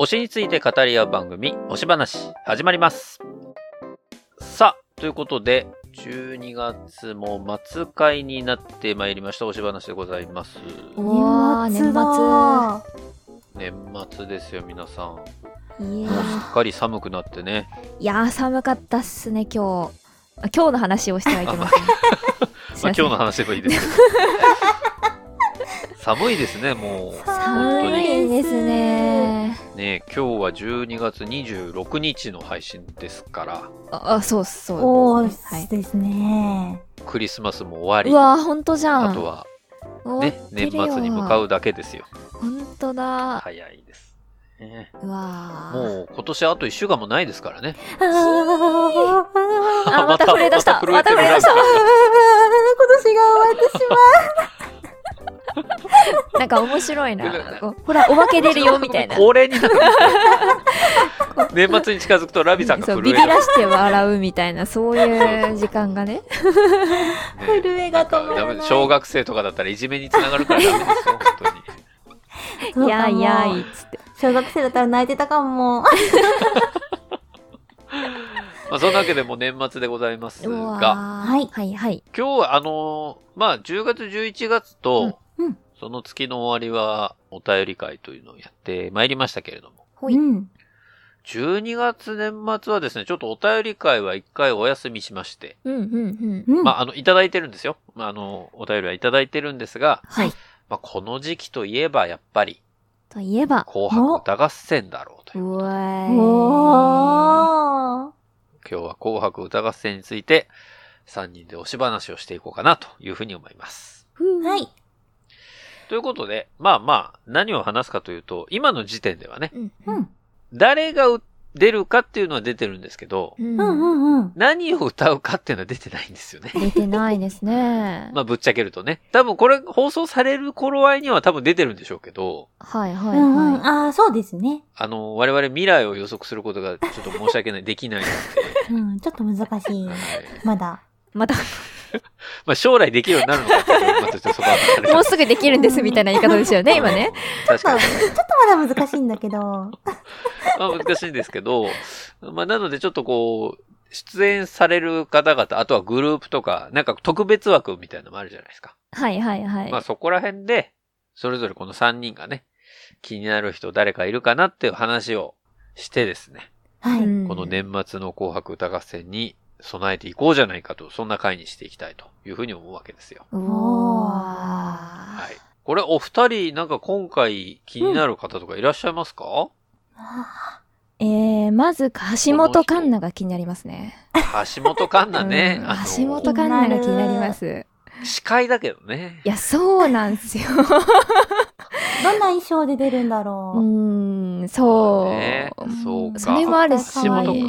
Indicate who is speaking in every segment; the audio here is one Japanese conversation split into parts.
Speaker 1: 推しについて語り合う番組、推し話、始まります。さあ、ということで、12月も末会になってまいりました、推し話でございます。
Speaker 2: うわー
Speaker 3: 年末だ
Speaker 1: 年末ですよ、皆さん。も
Speaker 3: いうや
Speaker 1: すっかり寒くなってね。
Speaker 3: ーいやー寒かったっすね今日あ今日の話をしてはいけませ んすい
Speaker 1: まあ、
Speaker 3: ませ
Speaker 1: 今
Speaker 3: ん
Speaker 1: 日の話でもいいですけど。 寒いですね、も
Speaker 3: 寒いですね
Speaker 1: う。ね今日は12月26日の配信ですから、
Speaker 3: ああそうっす
Speaker 2: お
Speaker 3: そう
Speaker 2: お
Speaker 3: です、はい、
Speaker 2: ですね。
Speaker 1: クリスマスも終
Speaker 3: う
Speaker 1: わ
Speaker 3: わーほんとじ
Speaker 1: り、
Speaker 3: ゃん
Speaker 1: あとは
Speaker 3: 終
Speaker 1: ね
Speaker 3: わ、
Speaker 1: 年
Speaker 3: ってるよ
Speaker 1: 末に向かうだけですよ。
Speaker 3: ほんとだ
Speaker 1: 早いです、ね。
Speaker 3: うわー
Speaker 1: もう今年あと1週間もないですからね。
Speaker 2: あーあー
Speaker 3: あまた震え出し
Speaker 1: また
Speaker 3: た
Speaker 1: 震えてる
Speaker 3: また震え出した
Speaker 2: 今年が終わってしま
Speaker 3: なんか面白い
Speaker 1: でな
Speaker 3: なこうほらお化 け出るよみたいな
Speaker 1: 恒例になるんですよ。年末に近づくとラビさんが
Speaker 3: そ
Speaker 1: 震
Speaker 3: う
Speaker 1: え
Speaker 3: ビ
Speaker 1: る
Speaker 3: ビ。らして笑うみたいなそういう時間がね
Speaker 1: ね
Speaker 2: う。震えが止ま
Speaker 1: ダ
Speaker 2: ら
Speaker 1: メ
Speaker 2: ない。
Speaker 1: 小学生とかだったらいじめにつながるからダメですよ、本当に。
Speaker 3: いやいやいっ
Speaker 2: い。
Speaker 3: つって
Speaker 2: 小学生だったら泣いてたかも。
Speaker 1: まあ、そんなわけでもう年末でございます
Speaker 3: うわ
Speaker 1: が、
Speaker 3: ー
Speaker 2: はい
Speaker 3: はいはい
Speaker 1: 今日はあのーまあ、10月、11月と、
Speaker 2: うんうん
Speaker 1: その月の終わりは、お便り会というのをやってまいりましたけれども、
Speaker 3: ほい
Speaker 2: うん。
Speaker 1: 12月年末はですね、ちょっとお便り会は一回お休みしまして、
Speaker 3: うんうんうん
Speaker 2: うん。
Speaker 1: まあ、あの、いただいてるんですよ。まあ、あの、お便りはいただいてるんですが、
Speaker 3: はい
Speaker 1: まあ、この時期といえば、やっぱり、
Speaker 3: といえば
Speaker 1: 紅白歌合戦だろうという。
Speaker 3: うわーい
Speaker 2: おー。
Speaker 1: 今日は紅白歌合戦について、3人で推し話をしていこうかなというふうに思います。
Speaker 2: はい。
Speaker 1: ということで、まあまあ、何を話すかというと、今の時点ではね、
Speaker 3: うん
Speaker 2: う
Speaker 3: うん
Speaker 2: ん。
Speaker 1: 誰がう出るかっていうのは出てるんですけど、
Speaker 2: う
Speaker 3: うんん
Speaker 2: うんうん。
Speaker 1: 何を歌うかっていうのは出てないんですよね。
Speaker 3: 出てないですね。
Speaker 1: まあぶっちゃけるとね。多分これ放送される頃合いには多分出てるんでしょうけど、
Speaker 3: はいは
Speaker 2: う
Speaker 3: い
Speaker 2: んうん。
Speaker 3: は
Speaker 2: ああ、そうですね。
Speaker 1: あの、我々未来を予測することがちょっと申し訳ない、できないの
Speaker 2: うん。ちょっと難しい
Speaker 1: で。はい。
Speaker 2: まだ。
Speaker 3: い。また、
Speaker 1: まあ将来できるようになるのかっていうとまあちょっとそこは分かりません
Speaker 3: もうすぐできるんですみたいな言い方ですよね、今ね。。
Speaker 1: 確かに。
Speaker 2: まだ難しいんだけど。
Speaker 1: まあ難しいんですけど、まあなのでちょっとこう、出演される方々、あとはグループとか、なんか特別枠みたいなのもあるじゃないですか。
Speaker 3: はいはいはい
Speaker 1: まあ。そこら辺で、それぞれこの3人がね、気になる人誰かいるかなっていう話をしてですね、
Speaker 2: は
Speaker 3: う
Speaker 2: い。
Speaker 3: ん
Speaker 1: この。年末の紅白歌合戦に備えていこうじゃないかと、そんな回にしていきたいというふうに思うわけですよ。
Speaker 3: うわ
Speaker 1: は
Speaker 3: ー
Speaker 1: い。これお二人、なんか今回気になる方とかいらっしゃいますか、
Speaker 2: あ
Speaker 3: えー、まず、橋本環奈が気になりますね。
Speaker 1: 橋本環奈ね。
Speaker 3: うん
Speaker 1: あの
Speaker 3: 橋本環奈が気になります。
Speaker 1: 司会だけどね
Speaker 3: い。や、そうなんですよ。
Speaker 2: ーどんな衣装で出るんだ
Speaker 3: う
Speaker 2: ろ
Speaker 3: ーん、そ
Speaker 1: ね
Speaker 3: う。
Speaker 1: そうか。
Speaker 3: それもあるし、
Speaker 1: 橋本
Speaker 2: かわい
Speaker 1: 環
Speaker 2: いな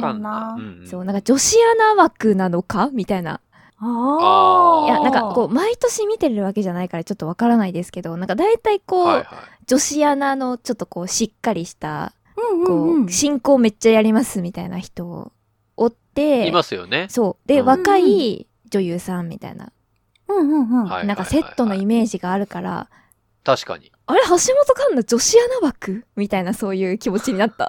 Speaker 1: 奈。うん
Speaker 3: そう、なんか女子アナ枠なのかみたいな。
Speaker 2: う。
Speaker 1: あー
Speaker 3: いや、なんかこ
Speaker 2: う。
Speaker 3: う、毎年見てるわけじゃないからちょっとわからないですけど、なんか大体こう、
Speaker 1: はいはい。
Speaker 3: 女子アナのちょっとこう、しっかりした、
Speaker 2: うん
Speaker 3: こう、
Speaker 2: うんうん。
Speaker 3: 進行めっちゃやりますみたいな人を追って、
Speaker 1: いますよね。
Speaker 3: そう。で、
Speaker 1: うん
Speaker 3: 若い女優さんみたいな、
Speaker 2: うんうんうん。
Speaker 1: はい
Speaker 3: なんかセットのイメージがあるから、
Speaker 1: 確かに。
Speaker 3: あれ、橋本環奈女子アナ枠みたいなそういう気持ちに なった。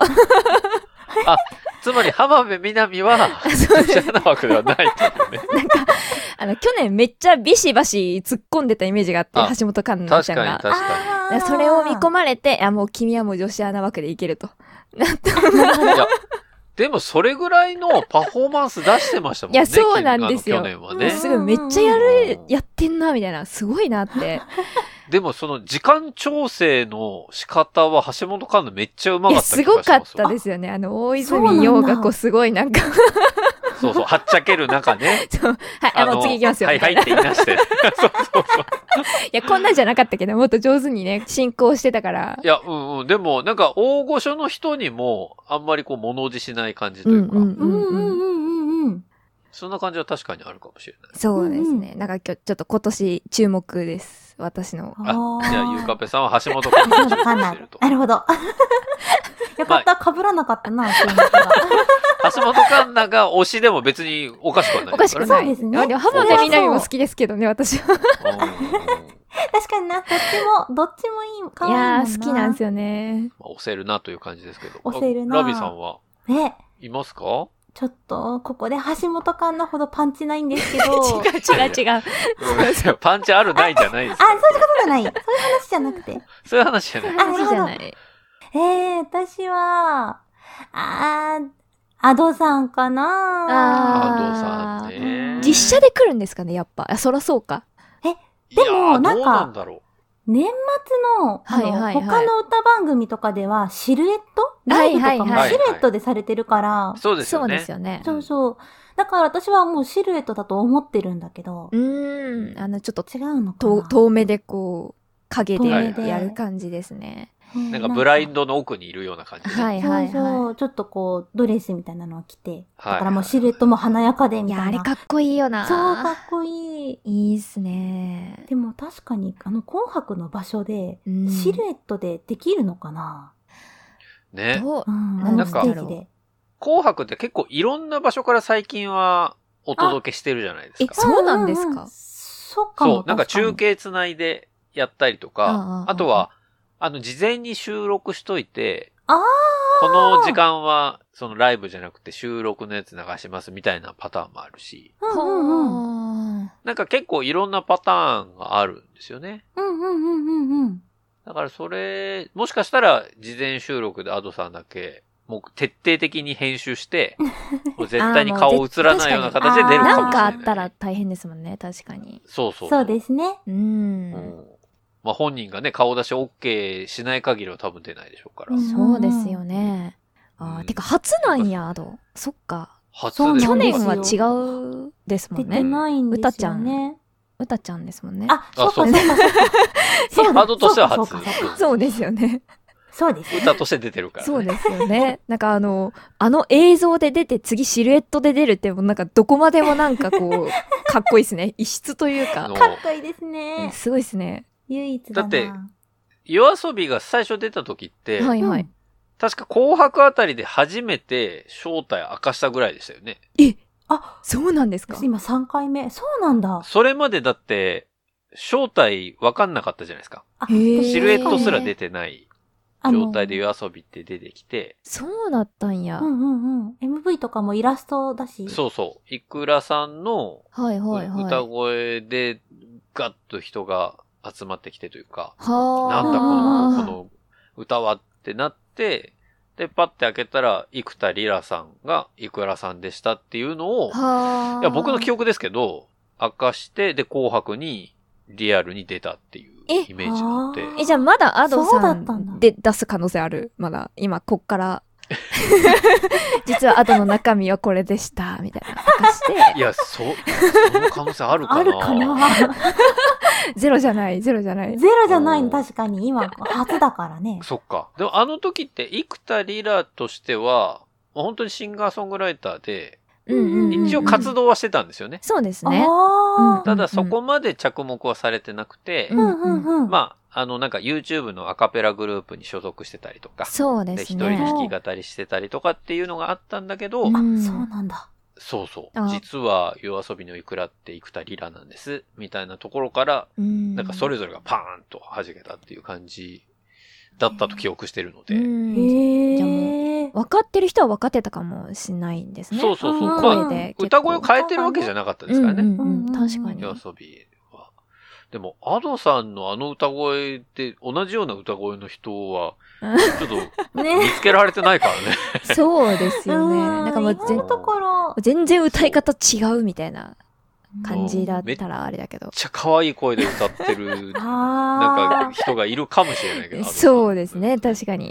Speaker 1: つまり、浜辺美波は、
Speaker 3: そう
Speaker 1: ジャナ枠ではない というね。
Speaker 3: あの、去年めっちゃビシバシ突っ込んでたイメージがあって、
Speaker 1: あ
Speaker 3: 橋本環奈ち
Speaker 1: 確
Speaker 3: ゃん
Speaker 1: かに、
Speaker 3: が
Speaker 1: 確。か
Speaker 2: あ
Speaker 3: だから
Speaker 2: ー
Speaker 3: それを見込まれて、あ、もう君はもう女子アナ枠でいけると。なった
Speaker 1: に。いや、でも、それぐらいのパフォーマンス出してましたもん
Speaker 3: い
Speaker 1: ね。
Speaker 3: や、そうなんです
Speaker 1: あ
Speaker 3: よ。
Speaker 1: の去年はね
Speaker 3: もう。すごい、めっちゃやる
Speaker 1: うん、
Speaker 3: やってんな、みたいな。すごいなって。
Speaker 1: でも、その時間調整の仕方は、橋本環奈めっちゃうま
Speaker 3: い
Speaker 1: か
Speaker 3: や、
Speaker 1: った
Speaker 3: す
Speaker 1: 気
Speaker 3: ご
Speaker 1: がし
Speaker 3: か
Speaker 1: ま
Speaker 3: っ
Speaker 1: す
Speaker 3: た
Speaker 1: よ。
Speaker 3: ですよね。あの、大
Speaker 2: そうなん
Speaker 3: 泉
Speaker 2: だ
Speaker 3: 洋がこう、すごいなんか、
Speaker 1: そうそう、はっちゃける中ね。
Speaker 3: そう、はい、 あの、次行きますよ。
Speaker 1: は
Speaker 3: み
Speaker 1: いは
Speaker 3: た
Speaker 1: いっ
Speaker 3: いな
Speaker 1: て言い出 して。そうそうそう。
Speaker 3: いや、こんなんじゃなかったけど、もっと上手にね、進行してたから
Speaker 1: い。や、うんうん。でも、なんか、大御所の人にも、あんまりこう、物おじしない感じと
Speaker 3: う
Speaker 1: い
Speaker 3: ん
Speaker 1: うか、
Speaker 3: うんう
Speaker 2: う
Speaker 3: んんうん。
Speaker 2: うんうんうんうん。
Speaker 1: そんな感じは確かにあるかもしれない。
Speaker 3: そうです
Speaker 2: うん
Speaker 3: ね。なんかきょ、ちょっと今年注目です。私の。
Speaker 1: あ、じゃあ、ゆうか
Speaker 2: べ。
Speaker 1: ぺさんは橋本環
Speaker 2: 橋
Speaker 1: 奈
Speaker 2: 本
Speaker 1: を
Speaker 2: 環
Speaker 1: して
Speaker 2: 奈
Speaker 1: ると。
Speaker 2: なるほど。 よかった、被らなかったな、注目が
Speaker 1: 橋本環奈が推しでも別におかしくはない
Speaker 3: おかしく
Speaker 1: い。
Speaker 3: な
Speaker 2: そう
Speaker 3: い。
Speaker 2: ですね
Speaker 3: あでも浜辺美波も好きですけどね、私は。
Speaker 1: うん
Speaker 2: 確かにな、どっちも、どっちもいい、可
Speaker 3: い
Speaker 2: 愛いもんな。
Speaker 3: やー、好きなんですよね。
Speaker 1: まあ、押せるなという感じですけど。
Speaker 2: 押せるな
Speaker 1: あラビさんは
Speaker 2: よ。ね。
Speaker 1: いますか
Speaker 2: ちょっと、ここで橋本環奈ほどパンチないんですけど。あ、そういうこ
Speaker 3: 違う違う。
Speaker 1: パンチあるないじゃないですよ。
Speaker 2: とじゃない。そういう話じゃなくて。
Speaker 1: そういう話じゃない。
Speaker 2: あ
Speaker 3: 話じゃない。
Speaker 2: ええ私は、あー、アドさんかな
Speaker 3: あ
Speaker 1: アドさんね。
Speaker 2: ー
Speaker 3: 実写で来るんですかね、やっぱ。あ、そらそうか。
Speaker 1: いや
Speaker 2: でもなんか
Speaker 1: どうなんだろ
Speaker 2: 年末の、あ
Speaker 3: は
Speaker 2: の、
Speaker 3: いはいはい
Speaker 2: 他の歌番組とかでは、シルエット
Speaker 3: は
Speaker 2: ライ
Speaker 3: い
Speaker 2: ブと
Speaker 3: はい
Speaker 2: かも
Speaker 3: はい
Speaker 2: シルエットでされてるから、
Speaker 1: う。そうです
Speaker 3: そ
Speaker 1: よ
Speaker 3: う
Speaker 1: ね。
Speaker 3: ですよね。
Speaker 2: そうそう。だから私はもうシルエットだと思ってるんだけど、
Speaker 3: うーん。あの、ちょっと、
Speaker 2: 違うのか
Speaker 3: と
Speaker 2: な
Speaker 3: 遠目でこう、影
Speaker 2: 遠
Speaker 1: 目
Speaker 3: で
Speaker 2: で
Speaker 3: やる感じですね。
Speaker 2: うん
Speaker 1: なんかブラインドの奥にいるような感じで。
Speaker 3: はいはい
Speaker 2: そう
Speaker 3: は
Speaker 2: そう、ちょっとこう、ドレスみたいなのを着て、
Speaker 1: はい
Speaker 2: だからもうシルエットも華やかで
Speaker 3: い。い
Speaker 2: みたい
Speaker 3: や、
Speaker 2: な。
Speaker 3: あれかっこいいよな。
Speaker 2: そう、かっこいい。
Speaker 3: いいっすね。
Speaker 2: でも確かに、あの、紅白の場所で、
Speaker 3: うん
Speaker 2: シルエットでできるのかな、
Speaker 1: ね。
Speaker 3: どう
Speaker 2: うん、
Speaker 3: な
Speaker 2: あ
Speaker 1: ん
Speaker 2: の
Speaker 1: か
Speaker 2: ステージで。
Speaker 1: 紅白って結構いろんな場所から最近はお届けしてるじゃないです
Speaker 3: あ
Speaker 1: か。
Speaker 3: そうなんですか
Speaker 2: ううそうかも。
Speaker 1: そう。なんか中
Speaker 2: 確に。
Speaker 1: 継つないでやったりと
Speaker 3: うんうんう
Speaker 1: か、
Speaker 3: ん
Speaker 1: あとは、あの、事前に収録しといて、
Speaker 2: ああ
Speaker 1: この時間は、そのライブじゃなくて収録のやつ流しますみたいなパターンもあるし、
Speaker 2: うんうんうん。
Speaker 3: はあ
Speaker 1: なんか結構いろんなパターンがあるんですよね。
Speaker 2: うんうんうんうんうん。
Speaker 1: だからそれ、もしかしたら事前収録でアドさんだけ、もう徹底的に編集 して、もう絶対に顔映らないような形で出るかもしれない。
Speaker 2: あー
Speaker 3: なんかあったら
Speaker 1: ら。
Speaker 3: 大変ですもんね、確かに。
Speaker 1: そうそう。
Speaker 2: そうですね。
Speaker 3: う。
Speaker 1: うんん。まあ本人がね、顔出し OK しない限りは多分出ないでしょうから。
Speaker 2: うん
Speaker 3: そうですよね。あ
Speaker 1: う
Speaker 3: あ、
Speaker 1: ん
Speaker 3: てか初なんや、アド。そっか。
Speaker 1: 初
Speaker 2: そうなんです
Speaker 1: よ
Speaker 3: 去
Speaker 1: ね
Speaker 3: 年は違うですも
Speaker 2: 出
Speaker 3: ん
Speaker 2: て
Speaker 3: ね。
Speaker 2: ないんですよね。
Speaker 3: 歌ちゃんうたちゃんですもんね。
Speaker 2: あ、そう
Speaker 1: あそう
Speaker 2: かそうかそうか。 そうだ
Speaker 1: ハードとしては初
Speaker 2: そうかそうか
Speaker 3: そうですよね。
Speaker 2: そうですね。
Speaker 1: 歌として出てるから、ね。
Speaker 3: そうですよね。 なんかあの、あの映像で出て、次シルエットで出るって、もうなんかどこまでもなんかこう、 かっこいいですね。異質という
Speaker 1: あ
Speaker 3: か
Speaker 1: の。
Speaker 2: かっこいいです
Speaker 3: うん
Speaker 2: ね。
Speaker 3: すごいですね。
Speaker 2: 唯一だ
Speaker 1: だ
Speaker 2: な。
Speaker 1: って夜遊びが最初出た時って、
Speaker 3: はいは
Speaker 2: う
Speaker 3: い。
Speaker 1: 確か紅白あたりで初めて正体明かしたぐらいでしたよね。
Speaker 2: あ、
Speaker 3: そうなんですか。
Speaker 2: 今3回目。そうなんだ。
Speaker 1: それまでだって、正体わかんなかったじゃないですか。
Speaker 2: あ
Speaker 3: へー
Speaker 1: シルエットすら出てない
Speaker 2: あの
Speaker 1: 状態で夜遊びって出てきて、
Speaker 3: そうだったんや
Speaker 2: う。んうんうん。MV とかもイラストだし。
Speaker 1: そうそう、イクラさんの
Speaker 3: はいはいはい。
Speaker 1: 歌声でガッと人が集まってきてというか、
Speaker 3: はあ。
Speaker 1: なんだこ
Speaker 2: あ
Speaker 1: の
Speaker 2: ー
Speaker 1: この歌はってなって、で、パッて開けたら、生田リラさんがイクラさんでしたっていうのを、
Speaker 3: はい
Speaker 1: や、僕の記
Speaker 3: 憶。
Speaker 1: 憶ですけど、明かして、で、紅白にリアルに出たっていう
Speaker 3: え
Speaker 1: イメージなので
Speaker 2: あー。
Speaker 3: え、じゃあまだアド
Speaker 2: そうだ
Speaker 3: さ
Speaker 2: ったんだ
Speaker 3: んで出す可能性あるまだ、今、こっから。 実はアドの中身はこれでした、みたいな。明かし
Speaker 1: いや、そ、その可能性あるかな
Speaker 2: あるかな
Speaker 3: て、ゼロじゃない、ゼロじゃない。
Speaker 2: ゼロじゃない
Speaker 1: うん
Speaker 2: の、確かに。今、初だからね。
Speaker 1: そっか。でもあの時って、生田リラとしては、もう本当にシンガーソングライターで、一応活
Speaker 3: 動。
Speaker 1: 動はしてたんですよね。
Speaker 3: そうですね。
Speaker 2: あ
Speaker 3: う
Speaker 2: あ。
Speaker 1: ただそこまで着目はされてなくて、
Speaker 3: う
Speaker 2: うんんうんうん。
Speaker 1: まあ、あのなんか YouTube のアカペラグループに所属してたりとか、
Speaker 3: そう
Speaker 1: で
Speaker 3: で
Speaker 1: 一
Speaker 3: す
Speaker 1: 人で
Speaker 3: ね。
Speaker 1: 弾き語りしてたりとかっていうのがあったんだけど、
Speaker 3: う
Speaker 2: あ、
Speaker 3: ん
Speaker 2: そうなんだ。
Speaker 1: そうそう
Speaker 3: あ。
Speaker 1: 実は夜遊びのいくらっていくたりらなんです。みたいなところから、
Speaker 3: な
Speaker 1: なんかそれぞれがパーンと弾けたっていう感じだったと記憶してるので。
Speaker 3: 分
Speaker 2: へ
Speaker 3: じゃあ
Speaker 2: え。
Speaker 3: かってる人は分かってたかもしれないんですね。
Speaker 1: そうそうそう。
Speaker 2: うん
Speaker 1: 声
Speaker 2: うん
Speaker 3: で
Speaker 1: 歌声を変えてるわけじゃなかったですから
Speaker 3: う
Speaker 1: ね。
Speaker 3: んうんうん、確かに。
Speaker 1: 夜遊びは。でも、アドさんのあの歌声って同じような歌声の人は
Speaker 3: うん、
Speaker 1: ちょっと見
Speaker 2: ね。
Speaker 1: つけられてないからね。
Speaker 3: そうですよね。
Speaker 2: うん
Speaker 3: なんかもう
Speaker 2: 今
Speaker 3: 全
Speaker 2: のところ、
Speaker 3: 全然歌い方違うみたいな感じだっ
Speaker 1: め
Speaker 3: たらあれだけど
Speaker 1: めっ。ちゃ可愛い声で歌ってる、なん
Speaker 2: あ
Speaker 1: か
Speaker 2: あ。
Speaker 1: 人がいるかもしれない けど。
Speaker 3: そうですね、確かに。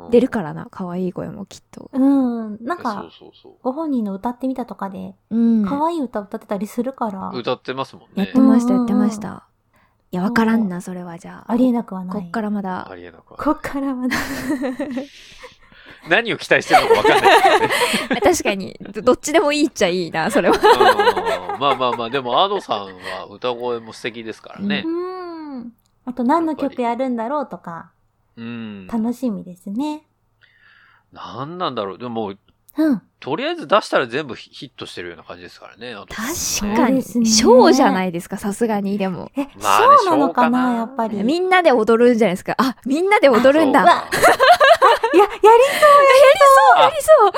Speaker 1: に
Speaker 3: 出るからな、可愛い声もきっと。
Speaker 2: うん。なん
Speaker 1: そう
Speaker 2: か、
Speaker 1: そうそ
Speaker 2: ご本人の歌ってみたとかで、
Speaker 3: うん。
Speaker 2: 可愛い歌歌ってたりするから
Speaker 1: う。、歌ってますもん
Speaker 3: や
Speaker 1: ね。
Speaker 3: ってました、
Speaker 2: うん
Speaker 3: や
Speaker 2: うん
Speaker 3: ってました。いや、わからんな、それはじゃあ。
Speaker 2: ありえなくはない。
Speaker 3: こっからまだ
Speaker 1: あ。りえなくはない
Speaker 2: こっからまだ。
Speaker 1: 何を期待してるのか分かんないけどね
Speaker 3: 確かに、どどっちでもいいっちゃいいな、それは。
Speaker 1: うんまあまあまあ、でも、アドさんは歌声も素敵ですからね
Speaker 2: う。ん。あと何の曲やるんだろうとか、
Speaker 1: うん。
Speaker 2: 楽しみですね。
Speaker 1: なんなんだろう。でも、
Speaker 2: うん。
Speaker 1: とりあえず出したら全部ヒヒットしてるような感じですからね。あと
Speaker 3: 確
Speaker 2: そ
Speaker 3: か
Speaker 2: うで
Speaker 3: に
Speaker 2: すね。
Speaker 3: ショーじゃないですか、さすがに。でも。
Speaker 2: え、
Speaker 1: まあね
Speaker 2: ショーなのか
Speaker 1: ショーかな
Speaker 2: な、やっぱり。
Speaker 3: みんなで踊るんじゃないですか。あ、みんなで踊るんだ。
Speaker 2: そう
Speaker 3: や
Speaker 1: わ
Speaker 2: いや、やり
Speaker 1: あ
Speaker 3: りそう。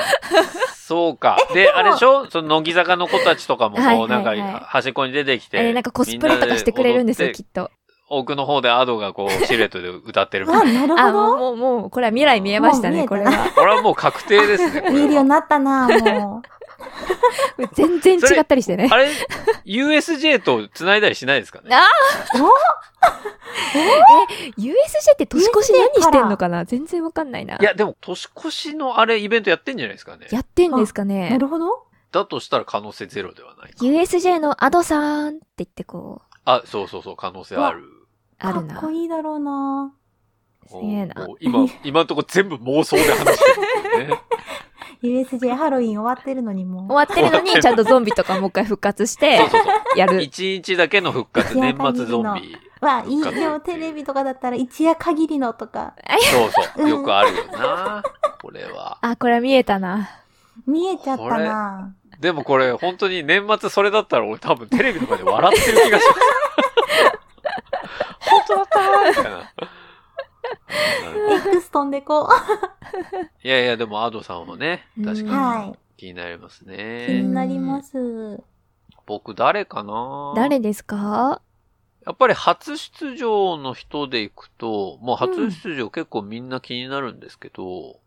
Speaker 1: そうか。で、あれでしょその乃木坂の子たちとかも、
Speaker 3: はい
Speaker 1: こ
Speaker 3: は
Speaker 1: う、
Speaker 3: い
Speaker 1: なんか
Speaker 3: はい、
Speaker 1: 端っこに出てきて。
Speaker 3: あれなんかコスプレとかしてくれるんですよ、
Speaker 1: みな
Speaker 3: きっと。
Speaker 1: 奥の方でアドがこう、シルエットで歌ってるみ
Speaker 2: そう
Speaker 1: た
Speaker 2: わ、
Speaker 1: いな。
Speaker 2: なる
Speaker 3: あ、
Speaker 2: ほ
Speaker 3: もう、
Speaker 2: ど。
Speaker 3: もう、もう、これは未来見えました
Speaker 2: も
Speaker 3: ね、
Speaker 2: う
Speaker 3: こ
Speaker 2: 見え
Speaker 3: れ
Speaker 2: たな
Speaker 3: は。
Speaker 1: これはもう確定ですね。これは
Speaker 2: 見えるようになったな、も
Speaker 3: 全然違ったりしてね。
Speaker 1: あれ、USJ と繋いだりしないですかね
Speaker 3: あ USJ って年越し何してんのかな全然わかんないな。
Speaker 1: いや、でも、年越しのあれ、イベントやってんじゃないですかね。
Speaker 3: やってんですか
Speaker 2: う。な
Speaker 3: ね
Speaker 2: るほど。
Speaker 1: だとしたら可能性ゼロではないか。
Speaker 3: ?USJ のアドさんって言ってこう、
Speaker 1: あ、そうそうそう、可能性ある。
Speaker 3: ある
Speaker 2: か
Speaker 3: な
Speaker 2: っこ。いいだろうな。
Speaker 3: すげえな
Speaker 1: もう 今、今のとこ全部妄想で話してる、ね。
Speaker 2: USJ ハロウィン終わってるのにもう。
Speaker 3: 終わってるの に、ちゃんとゾンビとかもう一回復活して
Speaker 1: そう、そうそ
Speaker 3: や
Speaker 1: う。
Speaker 3: る。
Speaker 1: 一日だけの復活、年末ゾンビ。
Speaker 2: わ、いい
Speaker 1: 復活
Speaker 2: よ、テレビとかだったら一夜限りのとか。
Speaker 1: そうそう。よくあるよ な。これは。
Speaker 3: あ、これは見えたな。
Speaker 2: 見えちゃったな。
Speaker 1: でもこれ、本当に年末それだったら俺多分テレビとかで笑ってる気がします。本当だったみたい な。
Speaker 2: X 飛んでこ
Speaker 1: いやいや、でもアドさんはね、確
Speaker 2: う。
Speaker 3: うん
Speaker 1: か
Speaker 2: は
Speaker 1: に気になります
Speaker 2: い。気
Speaker 1: ね。
Speaker 2: になります。
Speaker 1: 僕誰か な
Speaker 3: 誰ですか
Speaker 1: やっぱり初出場の人で行くと、もう初出場結構みんな気になるんですけど、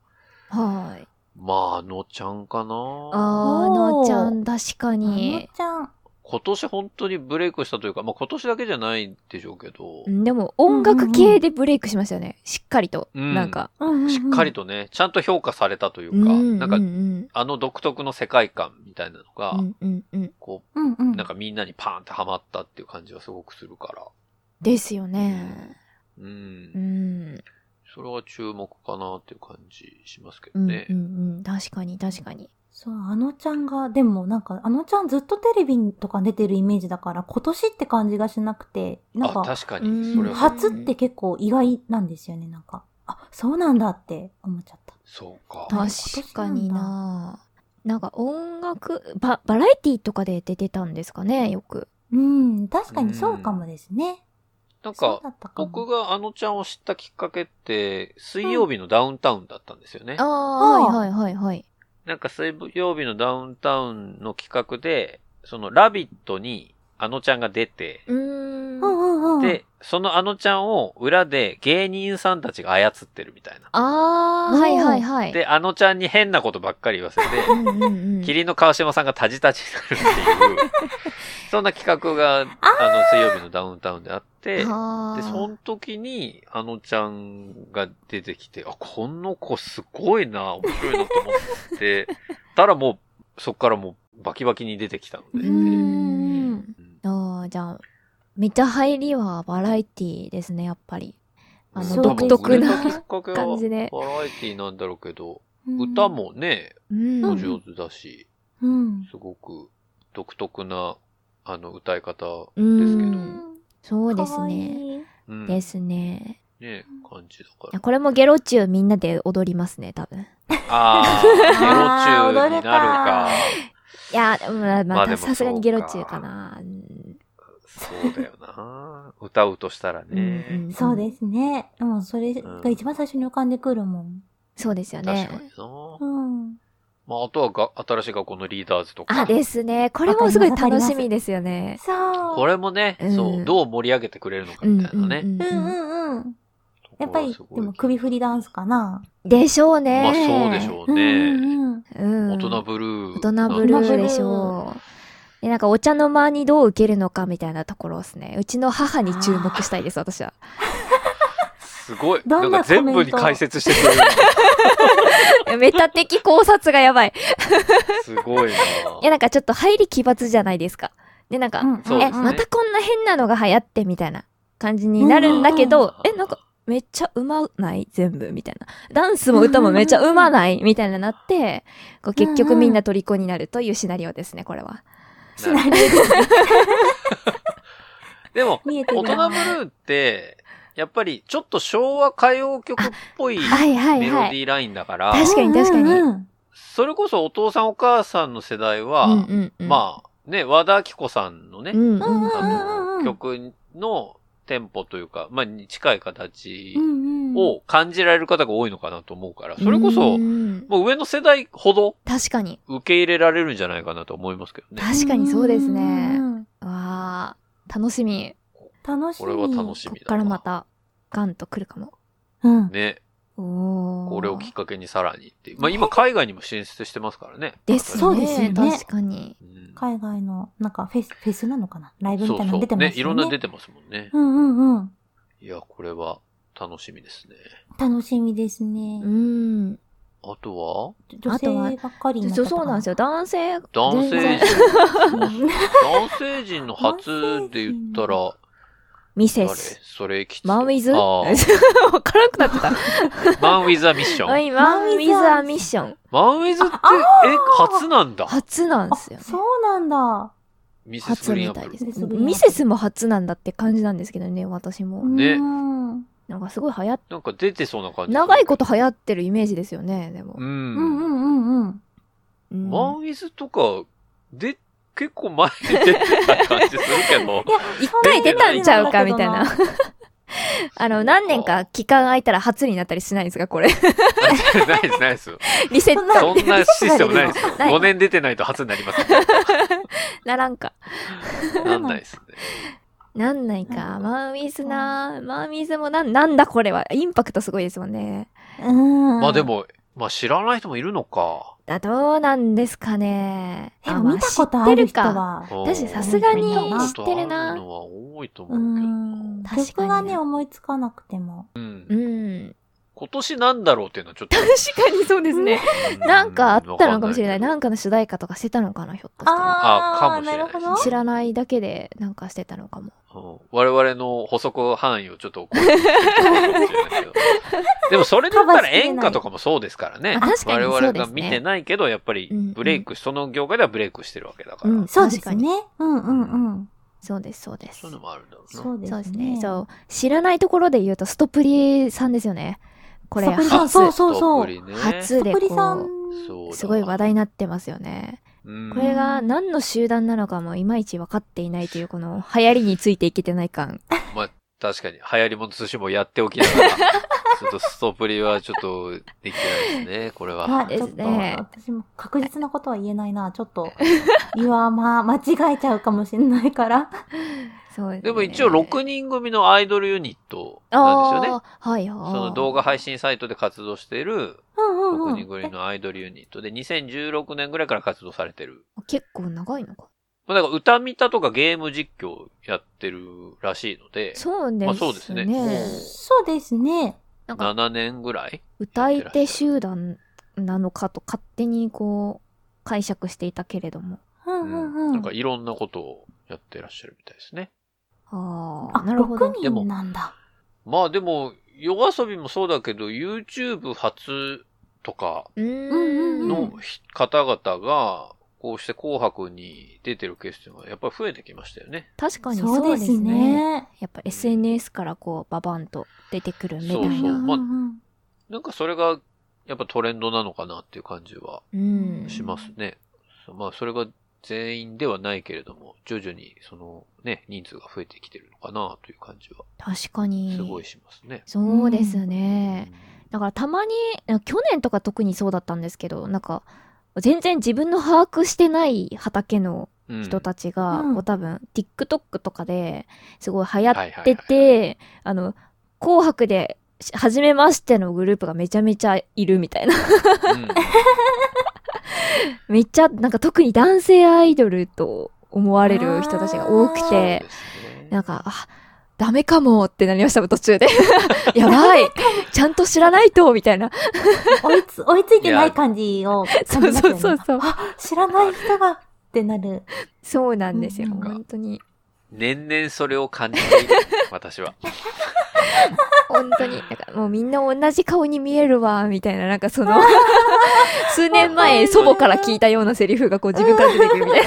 Speaker 3: はい。
Speaker 1: まあ、あのちゃんか
Speaker 3: あー、
Speaker 1: な
Speaker 3: あのちゃん、確か
Speaker 2: あの
Speaker 3: に。
Speaker 2: ちゃん。
Speaker 1: 今年本当にブレイクしたというか、まあ今年だけじゃないでしょうけど
Speaker 3: う、んでも、音楽系でブレイクしましたよね。しっかりと。
Speaker 1: うん
Speaker 3: なんか。
Speaker 2: うんうんうん
Speaker 1: しっかり。とね、ちゃんと評価されたという
Speaker 3: う
Speaker 1: か、
Speaker 3: ん。
Speaker 1: なんか
Speaker 3: うんうん
Speaker 1: あの独特の世界観みたいなのが、
Speaker 3: うんうんうん。
Speaker 1: こ
Speaker 2: うんう
Speaker 1: う、
Speaker 2: ん。
Speaker 1: なんかみんなにパーンってハマったっていう感じはすごくするから、
Speaker 3: ですよね。
Speaker 1: う。
Speaker 3: うんん。
Speaker 1: それは注目かなっていう感じしますけど
Speaker 3: うん
Speaker 1: ね
Speaker 3: う。んうん。確かに、確かに。
Speaker 2: そう、あのちゃんが、でもなんか、あのちゃんずっとテレビとか出てるイメージだから、今年って感じがしなくて、なん
Speaker 1: あ、
Speaker 2: か、
Speaker 1: 確かに、それ
Speaker 3: うん
Speaker 1: は、
Speaker 2: 初って結構意外なんですよね、なんか。あ、そうなんだって思っちゃった。
Speaker 1: そうか。
Speaker 3: 確かにななんか音楽バ、バラエティとかで出てたんですかね、よく。
Speaker 2: うん、確かにそうかもですね。
Speaker 1: なん
Speaker 2: そ
Speaker 1: か
Speaker 2: うだ、ったかも。
Speaker 1: 僕があのちゃんを知ったきっかけって、水曜日のダウンタウンだったんですよね。
Speaker 3: ああ、はいはいはいはい。
Speaker 1: なんか水曜日のダウンタウンの企画で、そのラビットにあのちゃんが出て、
Speaker 3: うー
Speaker 2: うん
Speaker 3: ん。
Speaker 2: うんうん。
Speaker 1: で、そのあのちゃんを裏で芸人さんたちが操ってるみたいな。
Speaker 3: ああ、はいはいはい。
Speaker 1: で、あのちゃんに変なことばっかり言わせ
Speaker 3: う
Speaker 1: て、
Speaker 3: んうんうん。
Speaker 1: 麒麟の川島さんがタジタジにな るっていう、そんな企画が、あの、水曜日のダウンタウンであって、
Speaker 3: あ
Speaker 1: で、そ
Speaker 3: ー
Speaker 1: の時に、あのちゃんが出てきて、あ、この子すごいな、面白いなと思 って、たらもう、そっからもうバキバキに出てきたので。
Speaker 3: う
Speaker 1: うんん
Speaker 3: ああ、じゃあ、めっちゃ入りはバラエティですね、やっぱり。あ
Speaker 2: そ
Speaker 3: の、
Speaker 2: う
Speaker 3: 独特
Speaker 2: で
Speaker 1: き
Speaker 2: す
Speaker 3: な。
Speaker 1: っかけは
Speaker 3: 感じで
Speaker 1: バラエティなんだろうけど、
Speaker 2: うん
Speaker 1: 歌。もね、
Speaker 3: うん。
Speaker 1: お上手だし、
Speaker 2: うん。
Speaker 1: すごく独特な、あの、歌い方、
Speaker 3: う
Speaker 1: けど
Speaker 3: んそうです
Speaker 2: かわ
Speaker 3: ね。
Speaker 2: いい。
Speaker 1: うん、
Speaker 3: で
Speaker 1: ね、
Speaker 3: すね。
Speaker 1: 感じだか
Speaker 3: いや
Speaker 1: ら。
Speaker 3: これもゲロチューみんなで踊りますね、多分。
Speaker 1: あー、
Speaker 2: あー
Speaker 1: ゲロチューになるか。
Speaker 3: いや、ま
Speaker 1: ま
Speaker 3: あ、ま
Speaker 1: あ
Speaker 3: あ、
Speaker 1: でもそうか
Speaker 3: さすがにゲロチューかな。うん
Speaker 1: そうだよな。歌うとしたらね。
Speaker 3: うんうん
Speaker 2: そうですね。でもそれが一番最初に浮かんでくるもん。
Speaker 3: そうですよ
Speaker 1: 確
Speaker 3: ね
Speaker 1: か。にな。
Speaker 2: うん。
Speaker 1: まあ、あとはが新しい学校のリーダーズとか。
Speaker 3: あ、ですね。これもすごい楽しみですよね。
Speaker 2: そう。
Speaker 1: これもね、
Speaker 3: うん
Speaker 1: そう、どう盛り上げてくれるのかみたいなね。
Speaker 3: うんうん
Speaker 2: うん
Speaker 3: うん
Speaker 2: うんうん。
Speaker 1: ところ
Speaker 2: やっぱ
Speaker 1: は
Speaker 2: り、
Speaker 1: すごい
Speaker 2: でも首振りダンスかな。
Speaker 3: でしょうね。
Speaker 1: まあ、そうでしょう
Speaker 2: うん
Speaker 1: ね。
Speaker 2: うん
Speaker 3: う。
Speaker 2: うん。
Speaker 1: 大
Speaker 3: ん。
Speaker 1: 人ブルー。
Speaker 3: 大人ブル
Speaker 2: 大人ブ
Speaker 3: ー
Speaker 2: ルー
Speaker 3: でしょう。で、なんかお茶の間にどう受けるのかみたいなところですね。うちの母に注目したいです、私は。
Speaker 1: すごい。
Speaker 2: どん
Speaker 1: な
Speaker 2: なん
Speaker 1: か全部に解説してくれる。
Speaker 3: メタ的考察がやばい。
Speaker 1: すごいな。
Speaker 3: いや、なんかちょっと入り奇抜じゃないですか。で、なんか、
Speaker 2: うん
Speaker 1: そうで
Speaker 3: え、
Speaker 1: すね
Speaker 3: またこんな変なのが流行ってみたいな感じになるんだけど、
Speaker 1: うん
Speaker 3: え、なんか、めっちゃうまない全部みたいな。ダンスも歌もめっちゃうまないみたいななって、こう結局みんな虜になるというシナリオですね、これは。
Speaker 2: シナリオ
Speaker 1: で も、
Speaker 2: 見えて
Speaker 1: 大
Speaker 2: る
Speaker 1: 人
Speaker 2: な。
Speaker 1: ブルーって、やっぱりちょっと昭和歌謡曲っぽい
Speaker 3: はいはい
Speaker 1: メロ
Speaker 3: は
Speaker 1: デ
Speaker 3: い。
Speaker 1: ィーラインだから、
Speaker 3: 確かに確かに
Speaker 2: うんうんうん
Speaker 1: それこそお父さんお母さんの世代は、
Speaker 3: うんうんうん、
Speaker 1: まあ、ね、和田明子さんのね、
Speaker 3: うん
Speaker 2: うんうん
Speaker 3: うん
Speaker 2: うん
Speaker 1: あ
Speaker 2: う
Speaker 1: の、
Speaker 2: ん。
Speaker 1: 曲のテンポというか、まあ、に近い形
Speaker 2: うんうん、
Speaker 1: を感じられる方が多いのかなと思うから、それこそ、
Speaker 3: うん
Speaker 1: もう上の世代ほど
Speaker 3: 確かに
Speaker 1: 受け入れられるんじゃないかなと思いますけどね。
Speaker 3: 確かにそうですね
Speaker 2: うんうんうん。
Speaker 3: わあ楽しみ
Speaker 2: 楽し
Speaker 1: こ
Speaker 2: み。
Speaker 1: れは楽し
Speaker 3: こ
Speaker 1: み
Speaker 3: っ
Speaker 1: だ
Speaker 3: か
Speaker 1: わ。
Speaker 3: らまたガンと来るかも
Speaker 2: うん。
Speaker 1: ね、
Speaker 3: おお
Speaker 1: これをきっかけにさらにっていう。まあ今海外にも進出してますからね。
Speaker 3: ですね
Speaker 2: そうですよね
Speaker 3: 確かに
Speaker 1: うん
Speaker 2: 海外の、なんかフェス、フェスなのかなライブ
Speaker 1: そう
Speaker 2: みたいな
Speaker 1: そ
Speaker 2: の
Speaker 1: う
Speaker 2: 出てますよね。
Speaker 1: ね。いろんなの出てますもんね。
Speaker 2: うんうんうん。
Speaker 1: いや、これは楽しみですね。
Speaker 2: 楽しみですね
Speaker 3: う。ん
Speaker 1: あとは
Speaker 2: 女性ばっかりになっ
Speaker 3: そう
Speaker 2: た
Speaker 3: そうなんですよ男性
Speaker 1: 男性
Speaker 3: 全
Speaker 1: 人
Speaker 3: 然。
Speaker 2: うん
Speaker 1: 男性陣の初で言ったら、
Speaker 3: ミ
Speaker 1: 誰
Speaker 3: セス
Speaker 1: それきつ
Speaker 3: マンウィズ
Speaker 1: あ
Speaker 3: わ
Speaker 1: ー
Speaker 3: からなくなってた
Speaker 1: マンウィズはミッショ
Speaker 3: は
Speaker 1: ン。
Speaker 3: いマンウィズアミッション
Speaker 1: マンウィズって、え、初なんだ。
Speaker 3: 初なんで
Speaker 2: あ、
Speaker 3: すよね
Speaker 2: そうなんだ。
Speaker 1: ミセス
Speaker 3: 初
Speaker 1: グリーン
Speaker 3: み
Speaker 1: アッ
Speaker 3: た
Speaker 1: プル
Speaker 3: いで。
Speaker 2: ミセ
Speaker 3: す
Speaker 2: スグリーンアップル
Speaker 3: ミセスも初なんだって感じなんですけどね私も
Speaker 1: ね
Speaker 2: うんうん
Speaker 3: なんかすごい流行っ
Speaker 1: なんか出てそうな感じ。
Speaker 3: 長いこと流行ってるイメージですよねでも
Speaker 1: う。
Speaker 2: うんんうんうん。
Speaker 3: うん
Speaker 1: マンウィズとか、で、結構前に出てた感じするけど
Speaker 2: い。や、
Speaker 3: 一回出たんちゃうかみたいな
Speaker 2: そ。
Speaker 3: あの、何年か期間空いたら初になったりしないんですかこれ。
Speaker 1: ないです、ないです。
Speaker 3: リセッ
Speaker 2: そんな
Speaker 3: ト。
Speaker 1: そんなシステムないですよ。
Speaker 3: ない
Speaker 1: 5年出てないと初になります。
Speaker 3: ならんか。
Speaker 1: なんないですね。
Speaker 3: なんないか。
Speaker 2: うん
Speaker 3: マンウィズなマンウィズもなん、なんだこれは。インパクトすごいですもんね。
Speaker 2: うん。
Speaker 1: まあで。も、まあ知らない人もいるのか。
Speaker 3: だ、どうなんですかね。
Speaker 2: で
Speaker 3: あ
Speaker 2: も
Speaker 3: まあ
Speaker 2: 見たことある
Speaker 3: 知
Speaker 2: 人
Speaker 3: ってるか。
Speaker 2: は。
Speaker 1: うん
Speaker 3: だしさすが
Speaker 2: に
Speaker 1: 見
Speaker 3: 知ってるな
Speaker 1: たことあるのは多いと思
Speaker 2: う
Speaker 1: うけどな。
Speaker 2: ん。
Speaker 3: 確かに
Speaker 2: 曲がね、思いつかなくても。
Speaker 1: うん
Speaker 3: うん。
Speaker 1: 今年なんだろうっていうのはちょっと。
Speaker 3: 確かにそうですね。 なんかあったのかもしれない。なん
Speaker 1: か。
Speaker 3: かの主題歌とかしてたのかな、ひょっとしたら。
Speaker 1: あか
Speaker 2: あ
Speaker 1: も
Speaker 2: ー
Speaker 1: しれない
Speaker 2: なるほど。
Speaker 3: 知らないだけでなんかしてたのかも。
Speaker 1: うん我々の補足範囲をちょっとこ うでもそれだったら演歌とかもそうですからね
Speaker 3: あ。確かに
Speaker 1: 我
Speaker 3: そう
Speaker 1: 々
Speaker 3: で
Speaker 1: が
Speaker 3: すね
Speaker 1: 見てないけど、やっぱり
Speaker 3: うんうん
Speaker 1: ブレイク、その業界ではブレイクしてるわけだから。
Speaker 3: うん
Speaker 2: そうですね。うんうんうん。
Speaker 3: そうです、そうです。
Speaker 1: そういうのもあるんだろうな。
Speaker 2: そうですね。
Speaker 3: そうですね。そう。知らないところで言うと、ストプリさんですよね。これ、
Speaker 2: ストプリ
Speaker 3: 初
Speaker 2: さんそうそうそう。
Speaker 1: どっぷりね
Speaker 3: 初で
Speaker 2: プリ
Speaker 3: こ
Speaker 2: さん
Speaker 3: う、
Speaker 1: そうだ
Speaker 3: すごい話題になってますよね。
Speaker 1: うん
Speaker 3: これが何の集団なのかもいまいち分かっていないという、この流行りについていけてない感。
Speaker 1: まあ、確かに、流行りもの寿司もやっておきながら、ちょっとストプリはちょっとできてない ですね、これは。
Speaker 2: は
Speaker 3: で
Speaker 2: ちょっ
Speaker 3: す
Speaker 2: と
Speaker 3: ね
Speaker 2: 私も確実なことは言えないな。ちょ っと、いわまあ、間違えちゃうかもしれないから。
Speaker 3: そうですね
Speaker 1: でも一応6人組のアイドルユニットなんですよね。
Speaker 3: ああ、はいはい。
Speaker 1: その動画配信サイトで活動している
Speaker 2: うんうんうん。
Speaker 1: 6人組のアイドルユニットで2016年ぐらいから活動されてる。
Speaker 3: 結構長いのか。
Speaker 1: まあ、だから歌見たとかゲーム実況やってるらしいので、
Speaker 3: そうですね。
Speaker 1: まあそうですね。もう
Speaker 2: そうですね。
Speaker 3: なんか、
Speaker 1: 7年ぐらい
Speaker 3: 歌い手集団なのかと勝手にこう、解釈していたけれども。
Speaker 2: うん
Speaker 1: う
Speaker 2: うん
Speaker 1: ん
Speaker 2: うん。
Speaker 1: なんかいろんなことをやってらっしゃるみたいですね。
Speaker 3: ああ、
Speaker 2: あ、
Speaker 3: なるほど。
Speaker 2: 6人なんだ。
Speaker 1: まあでも、夜遊びもそうだけど、YouTube 初とか
Speaker 3: うー
Speaker 2: うん
Speaker 3: ん
Speaker 1: のひ方々が、こうして紅白に出てるケースっていうのはやっぱり増えてきましたよね。
Speaker 3: 確かにそ
Speaker 2: そう
Speaker 3: う
Speaker 2: で
Speaker 3: ですすね。
Speaker 2: ね。
Speaker 3: やっぱ SNS からこうババンと出てくるみたい
Speaker 1: そうそう
Speaker 3: な。
Speaker 1: まあ
Speaker 2: ん
Speaker 1: なんかそれが、やっぱトレンドなのかなっていう感じは
Speaker 3: うん。
Speaker 1: しますね。まあそれが全員ではないけれども、徐々にそのね、人数が増えてきてるのかなという感じは、
Speaker 3: 確かに。
Speaker 1: すごいしますね。
Speaker 3: そうです
Speaker 1: う
Speaker 3: ね。
Speaker 1: ん
Speaker 3: だからたまに、去年とか特にそうだったんですけど、なんか、全然自分の把握してない畑の
Speaker 1: うん
Speaker 3: 人たちが、
Speaker 2: うん
Speaker 3: こう多分、TikTok とかですごい流行って
Speaker 1: はいはい
Speaker 3: て、あの、紅白で、し初めましてのグループがめちゃめちゃいるみたいな。
Speaker 1: うん
Speaker 3: めっちゃ、なんか特に男性アイドルと思われる人たちが多く
Speaker 1: そう
Speaker 3: て
Speaker 1: で、すね
Speaker 3: なんか、あ、ダメかもってなりました、途中で。 やばいちゃんと知らないとみたいな。
Speaker 2: 追いつ、追いついてない感じを
Speaker 3: そ
Speaker 2: 感
Speaker 3: う
Speaker 2: じます
Speaker 3: そ
Speaker 2: よ
Speaker 3: うそう
Speaker 2: ね。
Speaker 3: そう。
Speaker 2: あ、知らない人がってなる。
Speaker 3: そうなんですよ、
Speaker 2: うん
Speaker 1: うん
Speaker 3: 本当に。
Speaker 1: 年々それを感じている、私 は。
Speaker 3: 本当に。だからもうみんな同じ顔に見えるわ、みたいな、なんかそ の、数年前祖母から聞いたようなセリフがこう自分から出てくるみたいな。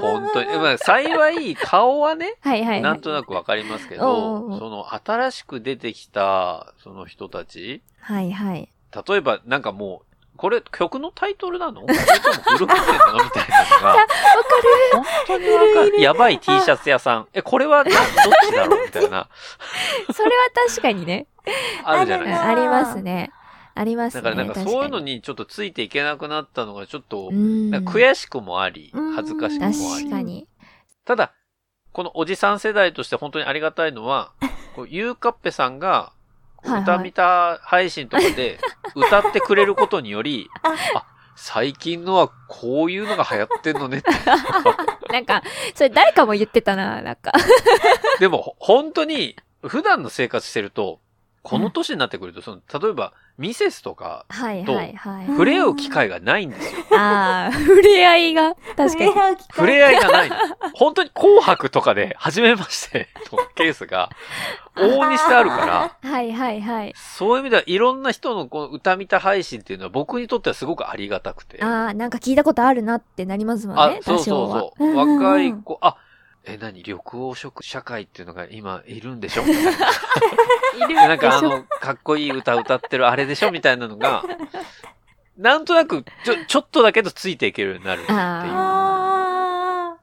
Speaker 1: 本当に。まあ、幸い、顔はね、
Speaker 3: はいはい。
Speaker 1: なんとなくわかりますけ
Speaker 3: うんうんう
Speaker 1: ど、
Speaker 3: ん
Speaker 1: その、新しく出てきた、その人たち、
Speaker 3: はいはい。
Speaker 1: 例えば、なんかもう、これ曲のタイトルなのそれともグループ名なのみたいなのが。わかる本当にわかる。やばい T シャツ屋さん。え、これはなどっちだろうみたい な。
Speaker 3: それは確かにね。
Speaker 1: あるじゃな
Speaker 3: う
Speaker 1: い
Speaker 3: ん
Speaker 1: ですか。
Speaker 3: ありますね。あります
Speaker 1: だ
Speaker 3: ね。
Speaker 1: からなんか
Speaker 3: 確に
Speaker 1: そういうのにちょっとついていけなくなったのがちょっと
Speaker 3: う、ん
Speaker 1: なんか悔しくもあり、
Speaker 2: うん
Speaker 1: 恥ずかしくもあり
Speaker 3: 確。かに。
Speaker 1: ただ、このおじさん世代として本当にありがたいの は、こうゆうかっぺさんが、こう
Speaker 3: はいはい
Speaker 1: 歌見た配信とかで 歌ってくれることにより、あ、最近のはこういうのが流行ってんのねって。
Speaker 3: なんか、それ誰かも言ってたな、なんか。
Speaker 1: でも、ほ本当に、普段の生活してると、この年になってくると、その、例えば、ミセスとか、
Speaker 3: はいはいはい。
Speaker 2: ど
Speaker 1: 触れ合う機会がないんですよ。
Speaker 3: ああ、触れ合いが、確かに。
Speaker 2: 触れ合う機会
Speaker 1: 触れ合いがない。本当に紅白とかで、初めましてのケースが、往々にしてあるから、
Speaker 3: はいはいはい。
Speaker 1: そういう意味では、いろんな人のこの歌見た配信っていうのは、僕にとってはすごくありがたくて。
Speaker 3: ああ、なんか聞いたことあるなってなりますもんね、
Speaker 1: そう
Speaker 3: 多
Speaker 1: そう
Speaker 3: 少は。
Speaker 1: そう。
Speaker 2: うんうんうん
Speaker 1: 若い子、あ、え、何緑黄色社会っていうのが今いるんでしょみたいな。
Speaker 3: いる
Speaker 1: なんかあ
Speaker 3: でしょ
Speaker 1: の、かっこいい歌歌ってるあれでしょみたいなのが、なんとなく、ちょ、ちょっとだけどついていけるようになるっていう
Speaker 2: あ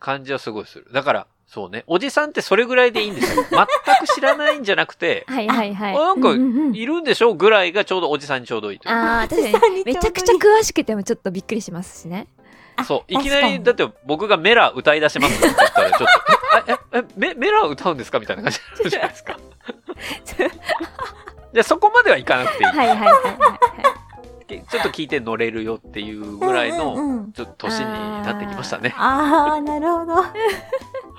Speaker 1: 感じはすごいする。だから、そうね。おじさんってそれぐらいでいいんで すよ。全く知らないんじゃなくて、
Speaker 3: はいはいはい。
Speaker 1: な
Speaker 2: ー
Speaker 1: んか
Speaker 2: う、んうんうん
Speaker 1: いるんでしょぐらいがちょうどおじさんにちょうどいいという
Speaker 3: ああ、確
Speaker 2: おじさ
Speaker 3: か
Speaker 2: んに
Speaker 3: に。
Speaker 2: ちょうどい
Speaker 3: め
Speaker 2: い
Speaker 3: ちゃくちゃ詳しくてもちょっとびっくりしますし ね。
Speaker 2: あ
Speaker 1: そう。いきなり、だっ
Speaker 2: 確か
Speaker 1: て僕がメラ歌い出しますって言ったら、ちょっと、え、え、え、メメラ歌うんですかみたいな感じになるじゃないですか。じゃあそこまではいかなくていい。
Speaker 3: はいはいはい は
Speaker 1: ちょっと聞いて乗れるよっていうぐらい
Speaker 2: うん
Speaker 1: の、
Speaker 2: うんうん
Speaker 1: ちょっと年になってきましたね。
Speaker 2: あー、なるほど。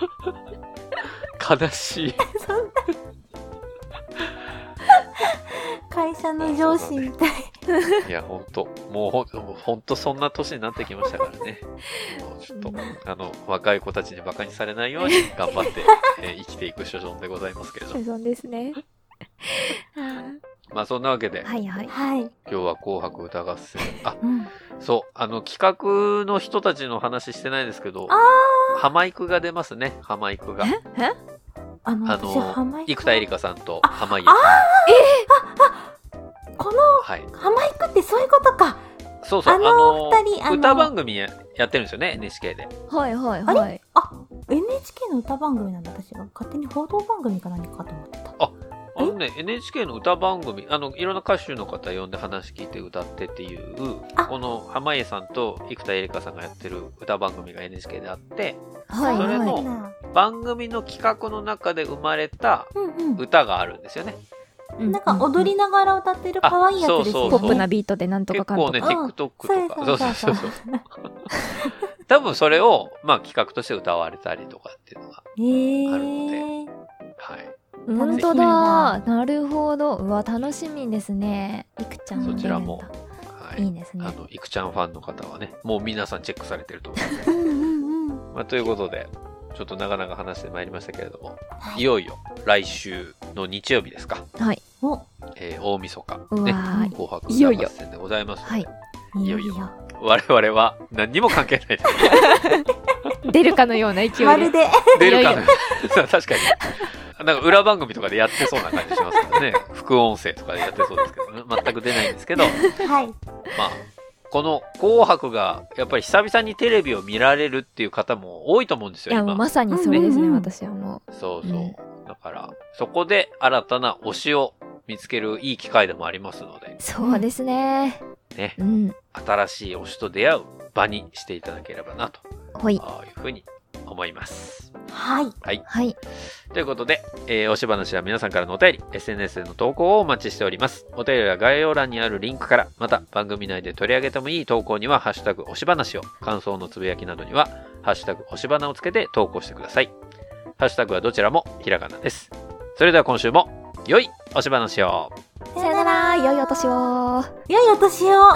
Speaker 1: 悲しい。
Speaker 2: 会社の上司みたい。
Speaker 1: いや、ほんと。もうほんもうほんとそんな年になってきましたからね。もうちょっと、あの、若い子たちに馬鹿にされないように頑張って、えー生きていく所存でございますけれ
Speaker 3: い。
Speaker 1: ど
Speaker 3: 所。存ですね。あ
Speaker 1: まあそんなわけで、
Speaker 3: ーはいはい。
Speaker 2: はい。
Speaker 1: 今日は紅白歌合戦。あ、
Speaker 2: うん。
Speaker 1: そう、あの企画の人たちの話してないですけど、ハマイクが出ますね、ハマイクが。
Speaker 3: え
Speaker 2: あの、
Speaker 1: あ
Speaker 2: 私、浜
Speaker 1: の、
Speaker 2: 井
Speaker 1: 生田絵梨花さんと濱家さん。
Speaker 2: この、
Speaker 1: はい。
Speaker 2: 浜井くってそういうことか。
Speaker 1: そうそう、
Speaker 2: あ
Speaker 1: あ
Speaker 2: の
Speaker 1: の
Speaker 2: 二人あの
Speaker 1: 歌番組ややってるんですよね、NHK で。
Speaker 3: はいはいはい。
Speaker 2: あ、NHK の歌番組なんだ、私が。勝手に報道番組か何かと思ってた。
Speaker 1: あのね、NHK の歌番組、あの、いろんな歌手の方呼んで話聞いて歌ってっていう
Speaker 2: あ、
Speaker 1: この濱家さんと生田絵梨花さんがやってる歌番組が NHK であって、
Speaker 3: はい
Speaker 1: それ
Speaker 3: は
Speaker 1: も
Speaker 3: い。
Speaker 1: 番組の企画の中で生まれた
Speaker 2: うんう
Speaker 1: 歌があるんですよね。
Speaker 3: う
Speaker 2: うん。なんか踊りながら歌ってる可愛いやつです
Speaker 1: あそう
Speaker 2: よ
Speaker 1: そうそう
Speaker 2: ね。
Speaker 3: ポップなビートでなんとか
Speaker 1: 結
Speaker 3: かんと
Speaker 1: 構
Speaker 3: か。
Speaker 1: ね、
Speaker 2: うん
Speaker 1: TikTok とか。
Speaker 2: そうそうそうそう。
Speaker 1: 多分それを、まあ企画として歌われたりとかっていうのが、
Speaker 2: え
Speaker 1: あるの
Speaker 2: ー。
Speaker 1: はい。
Speaker 3: 本当だ。なるほど。うわ、楽しみですね。いくちゃんも
Speaker 1: そちらも
Speaker 3: 出るんだ
Speaker 1: はいい。
Speaker 3: いです
Speaker 1: あ
Speaker 3: ね。
Speaker 1: の、いくちゃんファンの方はね、もう皆さんチェックされてると思います。
Speaker 2: うんうんうん。
Speaker 1: まあ、ということで、ちょっと長々話してまいりましたけれども、
Speaker 2: はい
Speaker 1: いよいよ来週の日曜日ですか、
Speaker 3: はい。
Speaker 2: お、
Speaker 1: えー大晦日、
Speaker 3: うわ
Speaker 1: ね、
Speaker 3: ー
Speaker 1: 紅白
Speaker 3: いよい
Speaker 1: 歌
Speaker 3: よ
Speaker 1: 合戦でございますので、
Speaker 3: はい
Speaker 2: い
Speaker 1: いよい
Speaker 2: よい
Speaker 1: よ
Speaker 2: よ。
Speaker 1: 我々は何にも関係ないです。
Speaker 3: 出るかのような勢いで。
Speaker 2: まるで。
Speaker 1: 出るか
Speaker 3: い
Speaker 1: な 確かに。なんか裏番組とかでやってそうな感じします からね。副音声とかでやってそうですけどね、全く出ないんですけど、
Speaker 2: はい。
Speaker 1: まあ、この紅白がやっぱり久々にテレビを見られるっていう方も多いと思うんです
Speaker 3: い
Speaker 1: よ、
Speaker 3: や、もう
Speaker 1: 今。
Speaker 3: まさにそれです
Speaker 2: う
Speaker 3: ね、
Speaker 2: んうん
Speaker 3: 私はも
Speaker 1: そう
Speaker 3: う
Speaker 1: そう。だから、そこで新たな推しを見つけるいい機会でもありますので
Speaker 3: う。、そうですね。
Speaker 1: ね
Speaker 3: う、ん。
Speaker 1: 新しい推しと出会う場にしていただければな、と
Speaker 3: ほい。
Speaker 1: いうふうに思います。
Speaker 2: はい。
Speaker 3: はい。
Speaker 1: ということで、えー、おし話は皆さんからのお便り、SNS での投稿をお待ちしております。お便りは概要欄にあるリンクから、また番組内で取り上げてもいい投稿には、ハッシュタグおし話を、感想のつぶやきなどには、ハッシュタグおし花をつけて投稿してください。ハッシュタグはどちらもひらがなです。それでは今週も、良いおし話を
Speaker 3: さよなら、良いお年。を。
Speaker 2: 良いお年を。